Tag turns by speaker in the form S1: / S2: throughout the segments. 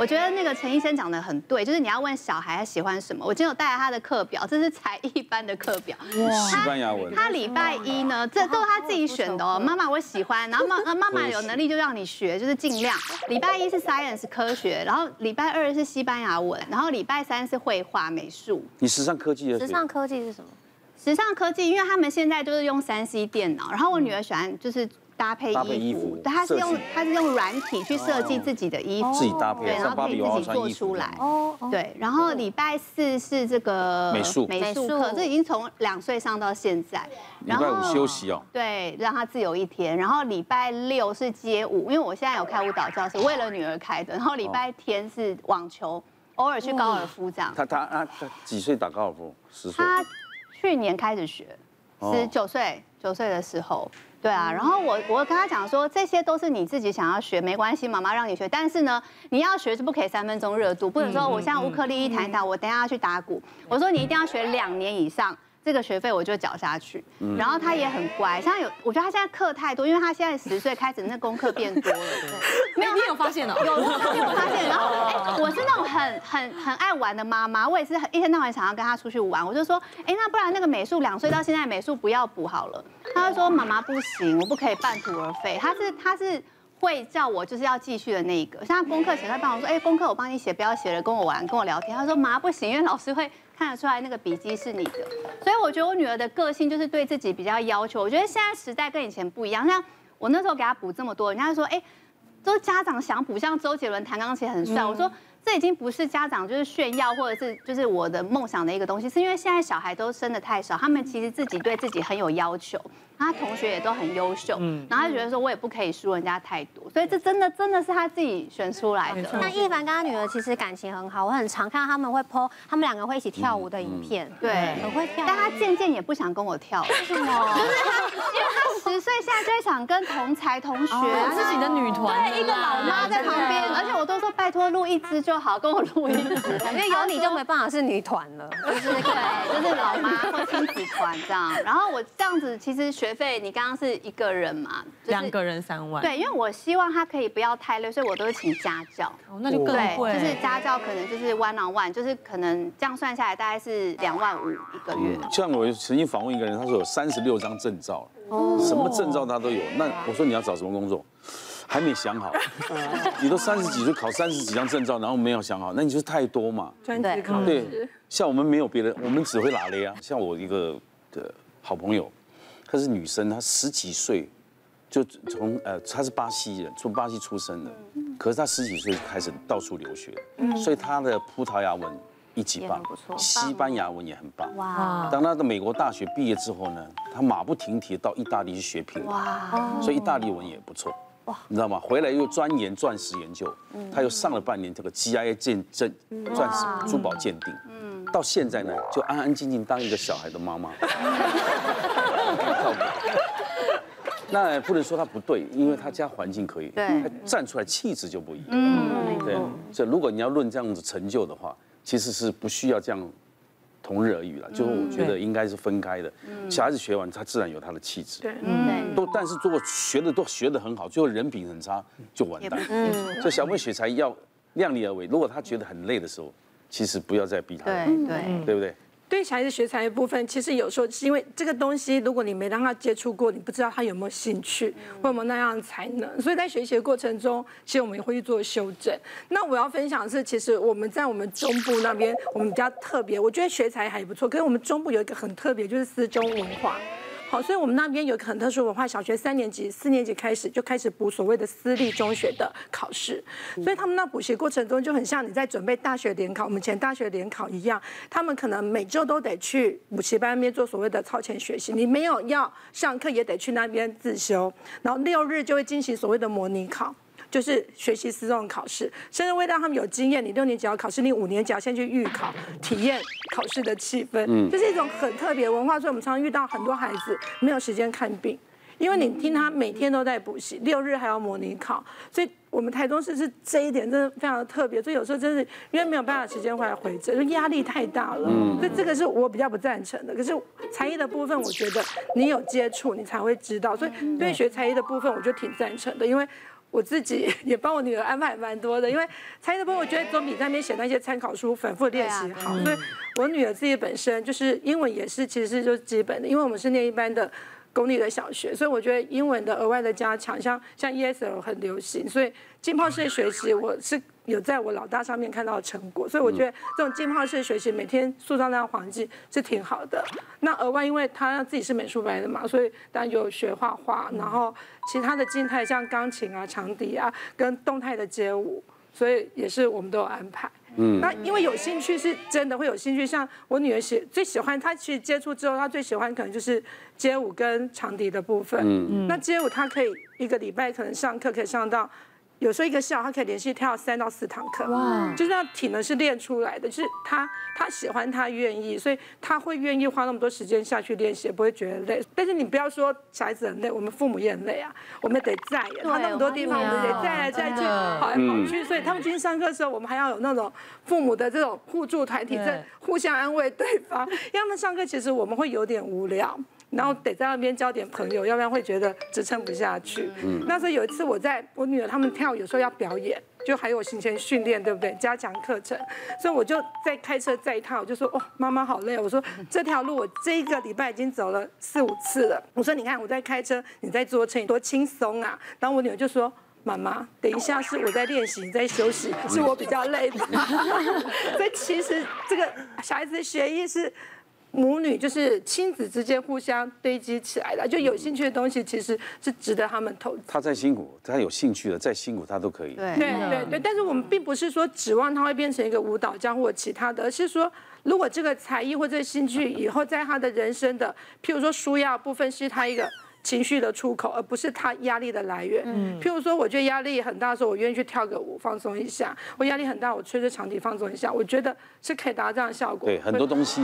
S1: 我觉得那个陈医生讲的很对，就是你要问小孩他喜欢什么。我今天有带来他的课表，这是才艺班的课表。
S2: 西班牙文，
S1: 他礼拜一呢，这都是他自己选的哦。妈妈，我喜欢，然后妈呃妈妈有能力就让你学，就是尽量。礼拜一是 science 科学，然后礼拜二是西班牙文，然后礼拜三是绘画美术。
S2: 你时尚科技的
S3: 时尚科技是什么？
S1: 时尚科技，因为他们现在就是用三 C 电脑，然后我女儿喜欢就是搭配
S2: 搭配
S1: 衣
S2: 衣
S1: 服
S2: 服，哦
S1: 她是用
S2: 设计
S1: 她是用软体去设计自己的衣服，
S2: 自己搭配啊
S1: 对，，然
S2: 像
S1: 后
S2: 芭
S1: 可以
S2: 比
S1: 自
S2: 娃娃
S1: 己
S2: 穿
S1: 做
S2: 衣服
S1: 出来。
S3: 哦哦，
S1: 对，然后礼拜四是这个
S2: 美术
S1: 美术
S3: 美
S1: 课，
S3: 术
S1: 这已经从两岁上到现在。
S2: 礼拜五休息哦。
S1: 对，让他自由一天。然后礼拜六是街舞，因为我现在有开舞蹈教室，为了女儿开的。然后礼拜天是网球，偶尔去高尔夫这样。
S2: 他他他他几岁打高尔夫？十岁。
S1: 他去年开始学，
S2: 哦
S1: 十九岁九岁的时候，对啊。然后我我跟他讲说，这些都是你自己想要学，没关系，妈妈让你学。但是呢，你要学就不可以三分钟热度，不能说我现在乌克丽丽弹一弹，我等一下要去打鼓。我说你一定要学两年以上。这个学费我就缴下去，然后他也很乖。现在有，我觉得他现在课太多，因为他现在十岁开始，那功课变多了。
S4: 没有，你有发现哦？
S1: 有，他被我发现。然后，哎，我是那种很很很爱玩的妈妈，我也是很一天到晚想要跟他出去玩。我就说，哎，那不然那个美术两岁到现在美术不要补好了。他就说，妈妈不行，我不可以半途而废。他是他是。会叫我就是要继续的那一个，像他功课写在帮我说，哎，功课我帮你写，不要写了，跟我玩，跟我聊天。他说妈不行，因为老师会看得出来那个笔记是你的，所以我觉得我女儿的个性就是对自己比较要求。我觉得现在时代跟以前不一样，像我那时候给她补这么多，人家就说，哎，都家长想补，像周杰伦弹钢琴很帅。我说这已经不是家长就是炫耀，或者是就是我的梦想的一个东西，是因为现在小孩都生的太少，他们其实自己对自己很有要求，然后他同学也都很优秀，然后他就觉得说我也不可以输人家太多，所以这真的真的是他自己选出来的。
S3: 那一凡跟他女儿其实感情很好，我很常看到他们会 PO 他们两个会一起跳
S2: 嗯
S3: 舞的影片，
S1: 对
S3: 很会跳。
S1: 但他渐渐也不想跟我跳了，
S3: 为什么？
S1: 就是他 因为他十岁现在就想跟同才同
S3: 哦
S1: 学啊、
S4: 自己的女团，哦对，一个
S1: 老
S2: 啊
S1: 妈在旁边，而且我都说拜托录一支就好，跟我录一支，
S3: 因为有你就没办法是女团了，就是
S1: 对，就是老妈或 亲子团这样。然后我这样子，其实学费你刚刚是一个人嘛，就是
S4: 两个人三万，，
S1: 对，因为我希望他可以不要太累，所以我都是请家教。
S4: 哦，那就更
S1: 对，
S4: 贵，
S1: 就是家教可能就是 one on one，就是可能这样算下来大概是两万五一个月。
S2: 嗯像我曾经访问一个人，他说有三十六张证照，
S1: 哦
S2: 什么证照他都有。那我说你要找什么工作，还没想好。
S1: 嗯
S2: 你都三十几岁考三十几张证照，然后没有想好，那你就是太多嘛。
S5: 专职考
S3: 嗯
S5: 试
S2: 对，像我们没有别的，我们只会拉雷啊。像我一个的好朋友，她是女生，她十几岁就从呃，她是巴西人，从巴西出生的，
S3: 嗯
S2: 可是她十几岁开始到处留学，所以她的葡萄牙文一级
S3: 也
S2: 棒
S3: 很不，错
S2: 西班牙文也很棒。
S3: 哇，
S2: 当她的美国大学毕业之后呢，她马不停蹄地到意大利去学拼音。
S1: 哇，
S2: 所以意大利文也不错。你知道吗？回来又钻研钻石研究，他又上了半年这个 GIA 鉴证钻石珠宝鉴定，到现在呢就安安静静当一个小孩的妈妈。那也不能说他不对，因为他家环境可以，
S1: 对
S2: 他站出来气质就不一样。对，所以如果你要论这样子成就的话，其实是不需要这样同日而语了。就是我觉得应该是分开的，小孩子学完他自然有他的气质。
S5: 对，嗯
S1: 对，
S2: 都，但是如果学的都学得很好，最后人品很差，就完蛋。
S1: 嗯
S2: 所以小朋友学才要量力而为。如果他觉得很累的时候，其实不要再逼他了，
S4: 嗯
S1: 对
S3: 嗯
S1: 对，
S2: 对不对？
S5: 对小孩子学才艺部分，其实有时候是因为这个东西，如果你没让他接触过，你不知道他有没有兴趣，或有没有那样的才能。所以在学习的过程中，其实我们也会去做修正。那我要分享的是，其实我们在我们中部那边，我们比较特别，我觉得学才艺还不错。可是我们中部有一个很特别，就是私中文化。好，所以我们那边有一个很特殊的文化，小学三年级、四年级开始就开始补所谓的私立中学的考试，所以他们那补习过程中就很像你在准备大学联考，我们以前大学联考一样，他们可能每周都得去补习班那边做所谓的超前学习，你没有要上课也得去那边自修，然后六日就会进行所谓的模拟考。就是学习思中考试，甚至会让他们有经验。你六年级要考试，你五年级要先去预考，体验考试的气氛，这是一种很特别的文化。所以我们常常遇到很多孩子没有时间看病，因为你听他每天都在补习，六日还要模拟考，所以我们台中市是这一点真的非常的特别。所以有时候真是因为没有办法时间回来回诊，就压力太大了。所以这个是我比较不赞成的。可是才艺的部分，我觉得你有接触，你才会知道。所以对学才艺的部分，我就挺赞成的，因为。我自己 也帮我女儿安排蛮多的，因为才艺的部分我觉得总比在那边写那些参考书反复练习好。所以我女儿自己本身就是英文也是其实是就是基本的，因为我们是念一般的。公立的小学，所以我觉得英文的额外的加强，像像 ESL 很流行，所以浸泡式的学习我是有在我老大上面看到成果，所以我觉得这种浸泡式的学习每天塑造那个环境是挺好的。那额外因为他自己是美术班的嘛，所以当然有学画画，然后其他的静态像钢琴啊、长笛啊，跟动态的街舞，所以也是我们都有安排。那因为有兴趣是真的会有兴趣，像我女儿喜最喜欢，她其实接触之后，她最喜欢可能就是街舞跟长笛的部分。嗯那街舞她可以一个礼拜可能上课可以上到，有时候一个下午她可以连续跳三到四堂课。哇！就是那体能是练出来的，就是她她喜欢她愿意，所以她会愿意花那么多时间下去练习，也不会觉得累。但是你不要说小孩子很累，我们父母也很累啊，我们得在呀，他那么多地方我们得在来在去，
S4: 真的
S5: 跑来跑去，所以他们今天上课的时候，我们还要有那种父母的这种互助团体，在
S4: 对
S5: 互相安慰对方。因为他们上课其实我们会有点无聊，然后得在那边交点朋友，要不然会觉得支撑不下去。那时候有一次我在我女儿他们跳，有时候要表演。就还有行前训练，对不对？加强课程，所以我就在开车载她，我就说哦，妈妈好累。我说嗯这条路我这一个礼拜已经走了四五次了。我说你看我在开车，你在坐车，你多轻松啊。然后我女儿就说妈妈，等一下是我在练习，你在休息，是我比较累的。 所以其实这个小孩子的学艺是母女就是亲子之间互相堆积起来的，就有兴趣的东西其实是值得他们投资。
S2: 他再辛苦，他有兴趣的，再辛苦他都可以。
S1: 对
S5: 对对对，但是我们并不是说指望他会变成一个舞蹈家或其他的，而是说。如果这个才艺或者兴趣以后在他的人生的，譬如说舒压部分是他一个情绪的出口，而不是他压力的来源。嗯，譬如说，我觉得压力很大的时候，我愿意去跳个舞放松一下；我压力很大，我吹吹长笛放松一下。我觉得是可以达到这样的效果。
S2: 对，很多东西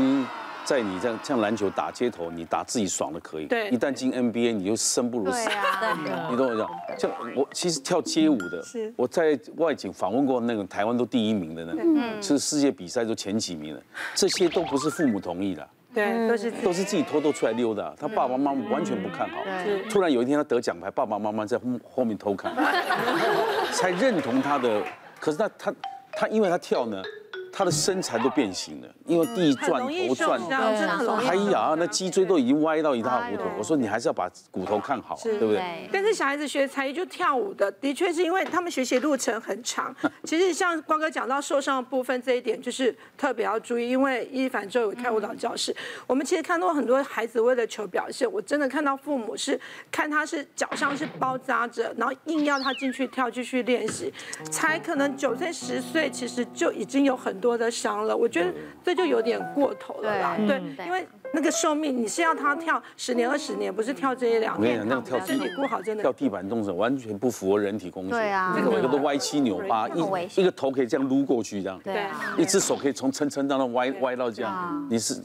S2: 在你这样像篮球打街头，你打自己爽的可以。
S5: 对
S2: 一旦进 NBA，你就生不如死
S1: 对。啊，
S2: 你懂我讲？像我其实跳街舞的
S5: 是，
S2: 我在外景访问过那个台湾都第一名的
S1: 嗯
S2: 呢，是世界比赛都前几名的，这些都不是父母同意的，
S5: 对，都是
S2: 都是自己偷偷出来溜的
S5: 嗯
S2: 啊，他爸爸妈妈完全不看好。突然有一天他得奖牌，爸爸妈妈在后后面偷 看，才认同他的。可是他他他，因为他跳呢，他的身材都变形了，因为地
S5: 很
S2: 转
S5: 容易
S2: 头
S5: 受
S2: 转
S5: 伤，。真嗯的很容易。
S2: 哎呀，那脊椎都已经歪到一塌糊涂
S1: 哎呦。
S2: 我说你还是要把骨头看好，啊对不对？
S5: 但是小孩子学才艺就跳舞的，的确是因为他们学习路程 很长。其实像光哥讲到受伤的部分这一点，就是特别要注意，因为一反周有开舞蹈教室，
S2: 嗯
S5: 我们其实看到很多孩子为了求表现，我真的看到父母是看他是脚上是包扎着，然后硬要他进去跳继续练习，
S2: 嗯
S5: 才可能九岁十岁，其实就已经有很多的伤了。我觉得这就有点过头了啦，
S1: 对
S5: 对
S1: 嗯，
S5: 因为那个寿命你是要他跳十年二十年，不是跳这一两
S2: 我跟你
S5: 年
S2: 讲，。那个跳
S5: 身体顾好真的
S2: 跳地板动作完全不符合人体工学，
S1: 对啊
S2: 每个都歪七扭八，
S3: 危
S2: 一
S3: 险
S2: 一个头可以这样撸过去，这样，
S1: 对啊，
S2: 一只手可以从撑撑到那歪歪到这
S6: 啊
S2: 样，你是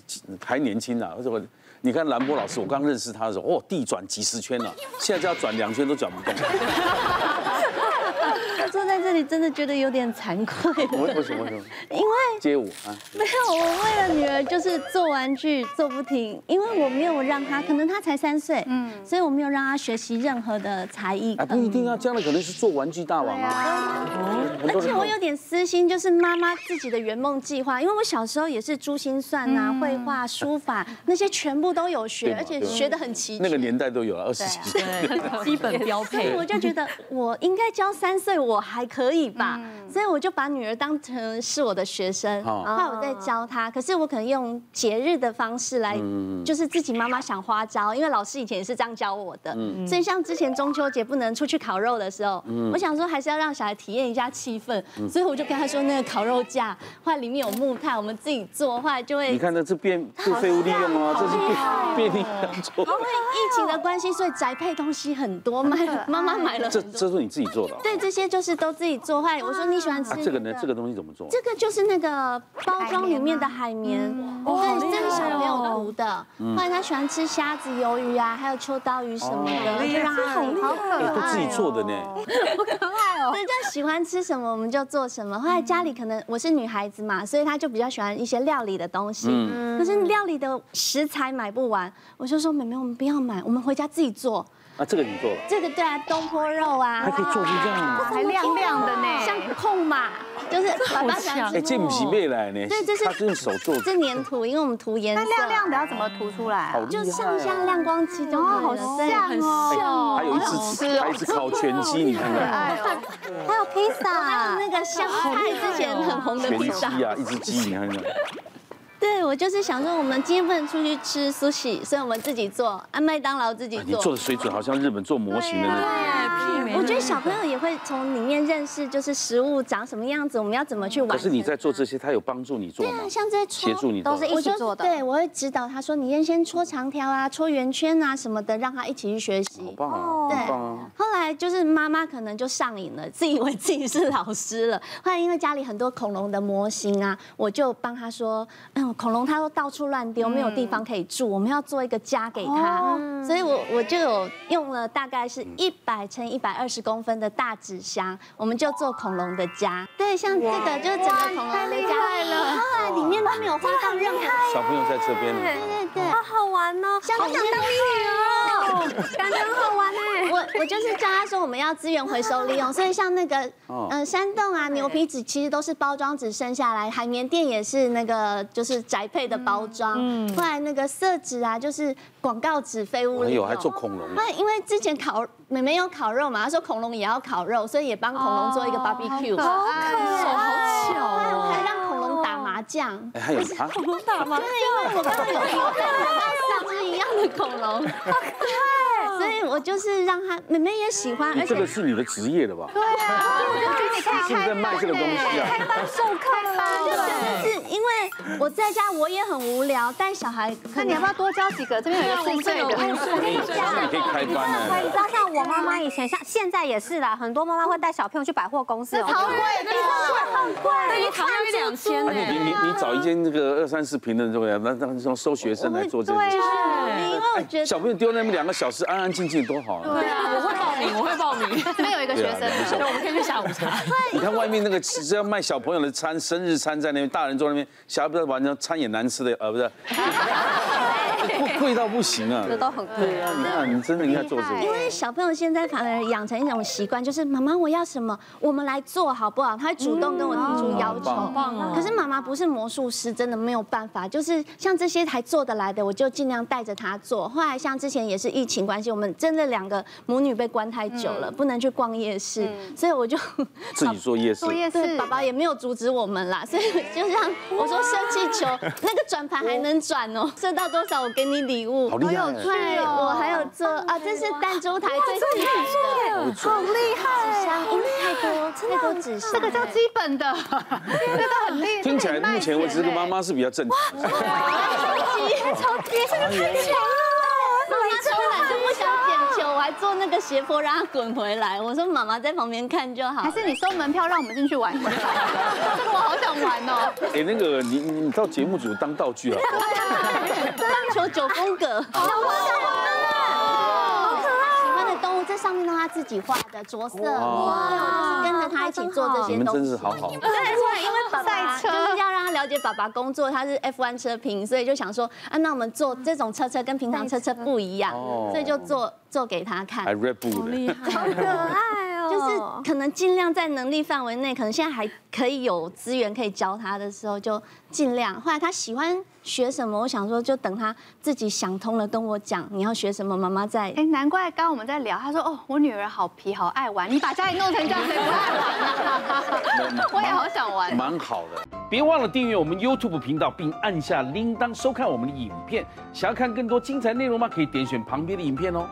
S2: 还年轻啊，或者我你看兰波老师，我刚认识他的时候，哦，地转几十圈了、现在就要转两圈都转不动。
S6: 坐在这里真的觉得有点惭愧
S2: 我为
S6: 了，
S2: 什么？为什么
S6: 因为
S2: 街舞啊？
S6: 没有我为了女儿就是做玩具做不停，因为我没有让她，可能她才三岁，嗯，所以我没有让她学习任何的才艺
S2: 哎，
S6: 课。
S2: 不一定啊，将来可能是做玩具大王啊。很
S6: 嗯而
S2: 多人
S6: 且我有点私心，就是妈妈自己的圆梦计划，因为我小时候也是珠心算啊、绘画、书法那些全部都有
S2: 对
S6: 学，
S2: 嘛
S6: 而且
S2: 对嘛
S6: 学得很齐
S2: 那个
S6: 全。
S2: 年代都有了，啊二十几岁。
S4: 对，基本标
S6: 所以
S4: 配。
S6: 我就觉得我应该教三岁，我还可以吧，
S2: 嗯
S6: 所以我就把女儿当成是我的学生，
S2: 哦
S6: 后来我在教她。可是我可能用节日的方式
S2: 嗯
S6: 来，就是自己妈妈想花招，因为老师以前也是这样教我的，
S2: 嗯
S6: 所以像之前中秋节不能出去烤肉的时候，我想说还是要让小孩体验一下气氛，
S2: 嗯
S6: 所以我就跟他说那个烤肉架，后来里面有木炭，我们自己做，后来就会
S2: 你看，这是变是废物利用啊，这是
S6: 哦
S2: 变变利用做。
S6: 因为疫情的关系，所以宅配东西很多，买 妈妈买了
S2: 这
S6: 很多。
S2: 这是你自己做的啊。
S6: 对，这些就是都自己做坏。我说你喜欢吃、
S2: 啊，这个呢，这个东西怎么做？啊
S6: 这个就是那个包装里面的海绵，对，这是小朋友涂的。后来他喜欢吃虾子、鱿鱼啊，还有秋刀鱼什么的，就让他哦好嗯可
S2: 都自己
S6: 爱。
S2: 做的呢。
S6: 对，就喜欢吃什么我们就做什么。后来家里可能我是女孩子嘛，所以他就比较喜欢一些料理的东西。
S2: 嗯
S6: 可是料理的食材买不完，我就说妹妹，我们不要买，我们回家自己做。
S2: 啊，这个你做了，
S6: 这个对啊，东坡肉啊，
S2: 嗯还可以做成这
S6: 哦
S2: 样。啊
S1: 还亮亮的呢，
S6: 像控嘛，就是把
S4: 好
S6: 巴
S4: 强
S6: 掌
S2: 哎，这不是未来呢，
S6: 对这是
S2: 他是用手做，
S6: 这粘土，因为我们涂颜色
S1: 那，亮亮的要怎么涂出来
S2: 好
S1: 啊？
S6: 就
S2: 厉
S6: 上
S2: 害
S6: 下
S2: 哦。
S6: 亮光漆都
S1: 哦，好
S6: 可以了对
S1: 像哦，
S2: 还有一
S1: 好想
S2: 只啊
S1: 吃，
S2: 还有一只烤全鸡，你看看，
S1: 哎呦
S3: 还有披萨，
S6: 那个香菜之前很红的
S2: 全
S6: 披萨，
S2: 鸡啊，一只鸡，你看看。
S6: 对我就是想说，我们今天不能出去吃 sushi，所以我们自己做，啊，麦当劳自己
S2: 哎你做
S6: 做
S2: 的。水准好像日本做模型的
S6: 对
S2: 那种，
S6: 啊
S4: 媲美
S6: 我觉得小朋友也会从里面认识，就是食物长什么样子，我们要怎么去玩。
S2: 可是你在做这些，他有帮助你做吗
S6: 对啊，？像这些
S2: 协
S6: 搓
S2: 助你做
S6: 都是一起做的。对，我会指导他说，你先先搓长条啊，搓圆圈啊什么的，让他一起去学
S2: 好
S6: 习。
S2: 棒啊，
S6: 对
S2: 很棒啊！
S6: 后来就是妈妈可能就上瘾了，自以为自己是老师了。后来因为家里很多恐龙的模型啊，我就帮他说，嗯，恐龙它都到处乱丢，没有地方可以住，我们要做一个家给它。所以我我就有用了大概是一百乘一百二十公分的大纸箱，我们就做恐龙的家。对，像这个就是整个恐龙的家。了！后来里面都没有花到任何。
S2: 小朋友在这边呢，
S6: 对对。
S3: 好好玩哦，
S6: 像
S3: 好想当谜语哦，感觉很好玩哎。
S6: 我我就是教他说我们要资源回收利用，所以像那个
S2: 哦
S6: 嗯、呃山洞啊牛皮纸其实都是包装纸剩下来，海绵垫也是那个就是宅配的包装，后来那个色纸啊就是广告纸废物
S2: 哎
S6: 利
S2: 呦，
S6: 用。
S2: 还做恐龙呢，
S6: 那因为之前烤妹妹有烤肉嘛，她说恐龙也要烤肉，所以也帮恐龙做一个 barbecue，
S1: 好可爱
S4: 手好巧
S6: 后来
S4: 哦，
S6: 让恐龙打麻将。
S2: 哎，还有啊，
S4: 恐龙打吗？
S6: 因为我刚刚有有看到四只一样的恐龙，好可爱，所以我就是让她妹妹也喜欢，
S3: 欸
S2: 你
S6: 而
S2: 这
S3: 啊
S6: 且
S2: 个是你的职业了吧？
S1: 我就觉得你太
S6: 啊
S2: 是不是在卖这个东西啊？
S6: 是因为我在家我也很无聊，带小孩
S1: 那你要不要多教几个？这边有一个付费的，
S6: 啊
S2: 那哎你可以开哎班
S3: 所以
S2: 呢
S3: 哎你。知道，像我妈妈以前，像现在也是啦，很多妈妈会带小朋友去百货公司哦，
S1: 超贵的，
S4: 那一堂要一两千
S2: 而且你
S4: 呢，
S2: 你你找一间那个二三十平的这个，那那种收学生来做这件事，哎
S6: 因为我觉得
S2: 小朋友丢那么两个小时，安安静静多好啊！
S4: 对啊，我会报名，我会报 名。
S1: 这边有一个学生
S2: 对啊
S4: 对，我们可以去下午茶。
S2: 你看外面那个只要卖小朋友的餐、生日餐在那边，大人坐那边，小孩不知道玩，那餐也难吃的，呃，不 是，不贵到不行啊！
S3: 都很贵。
S2: 对啊，你看你真的应该做这
S6: 因
S2: 个。
S6: 为小朋友现在反而养成一种习惯，就是妈妈我要什么，我们来做好不好？他会主动跟我提出要求。
S2: 嗯好
S4: 棒哦
S6: 可是妈妈不是魔术师，真的没有办法。就是像这些还做得来的，我就尽量带着他做。后来像之前也是疫情关系，我们真的两个母女被关太久
S2: 嗯
S6: 了，不能去逛夜市，所以我就
S2: 自己做夜市
S1: 作，业
S6: 对，
S1: 啊是
S6: 爸爸也没有阻止我们啦，所以就像我说射气球，那个转盘还能转哦，射到多少我给你礼物。
S2: 好厉害！
S6: 对，我还有做啊，这是弹珠台最基本的，好厉害，好
S3: 哦
S6: 厉害，太多太多纸箱，
S1: 这个叫基本的，这个很厉害。
S2: 听起来目前为止，这个妈妈是比较正常的。
S6: 超级这个太强了，妈妈根本就不想捡球，我还做那个斜坡让它滚回来，我说妈妈在旁边看就好
S1: 还
S6: 了。
S1: 是你收门票让我们进去玩一下？这个我好想玩哦。
S2: 哎，那个你你你到节目组当道具啊？
S6: 棒球九宫格，好可爱！喜欢的动物，这上面都是他自己画的着色，哇！跟着他一起做这
S2: 你
S6: 些
S2: 们
S6: 东
S2: 真
S6: 西。
S2: 是好好。
S6: 对，所以因为爸爸
S1: 赛车
S6: 就是要让他了解爸爸工作，他是 F1 车评，所以就想说啊，那我们做这种车车跟平常车车不一样，
S2: 哦
S6: 所以就做做给他看
S2: 还。Red Bull 的，哦
S6: 就是可能尽量在能力范围内，可能现在还可以有资源可以教他的时候，就尽量。后来他喜欢学什么，我想说就等他自己想通了跟我讲，你要学什么，妈妈再
S1: 哎，难怪刚刚我们在聊，他说哦，我女儿好皮，好爱玩。你把家里弄成这样，谁不爱 玩啊？我也好想玩。
S2: 蛮好的。别忘了订阅我们 YouTube 频道，并按下铃铛收看我们的影片。想要看更多精彩内容吗？可以点选旁边的影片哦。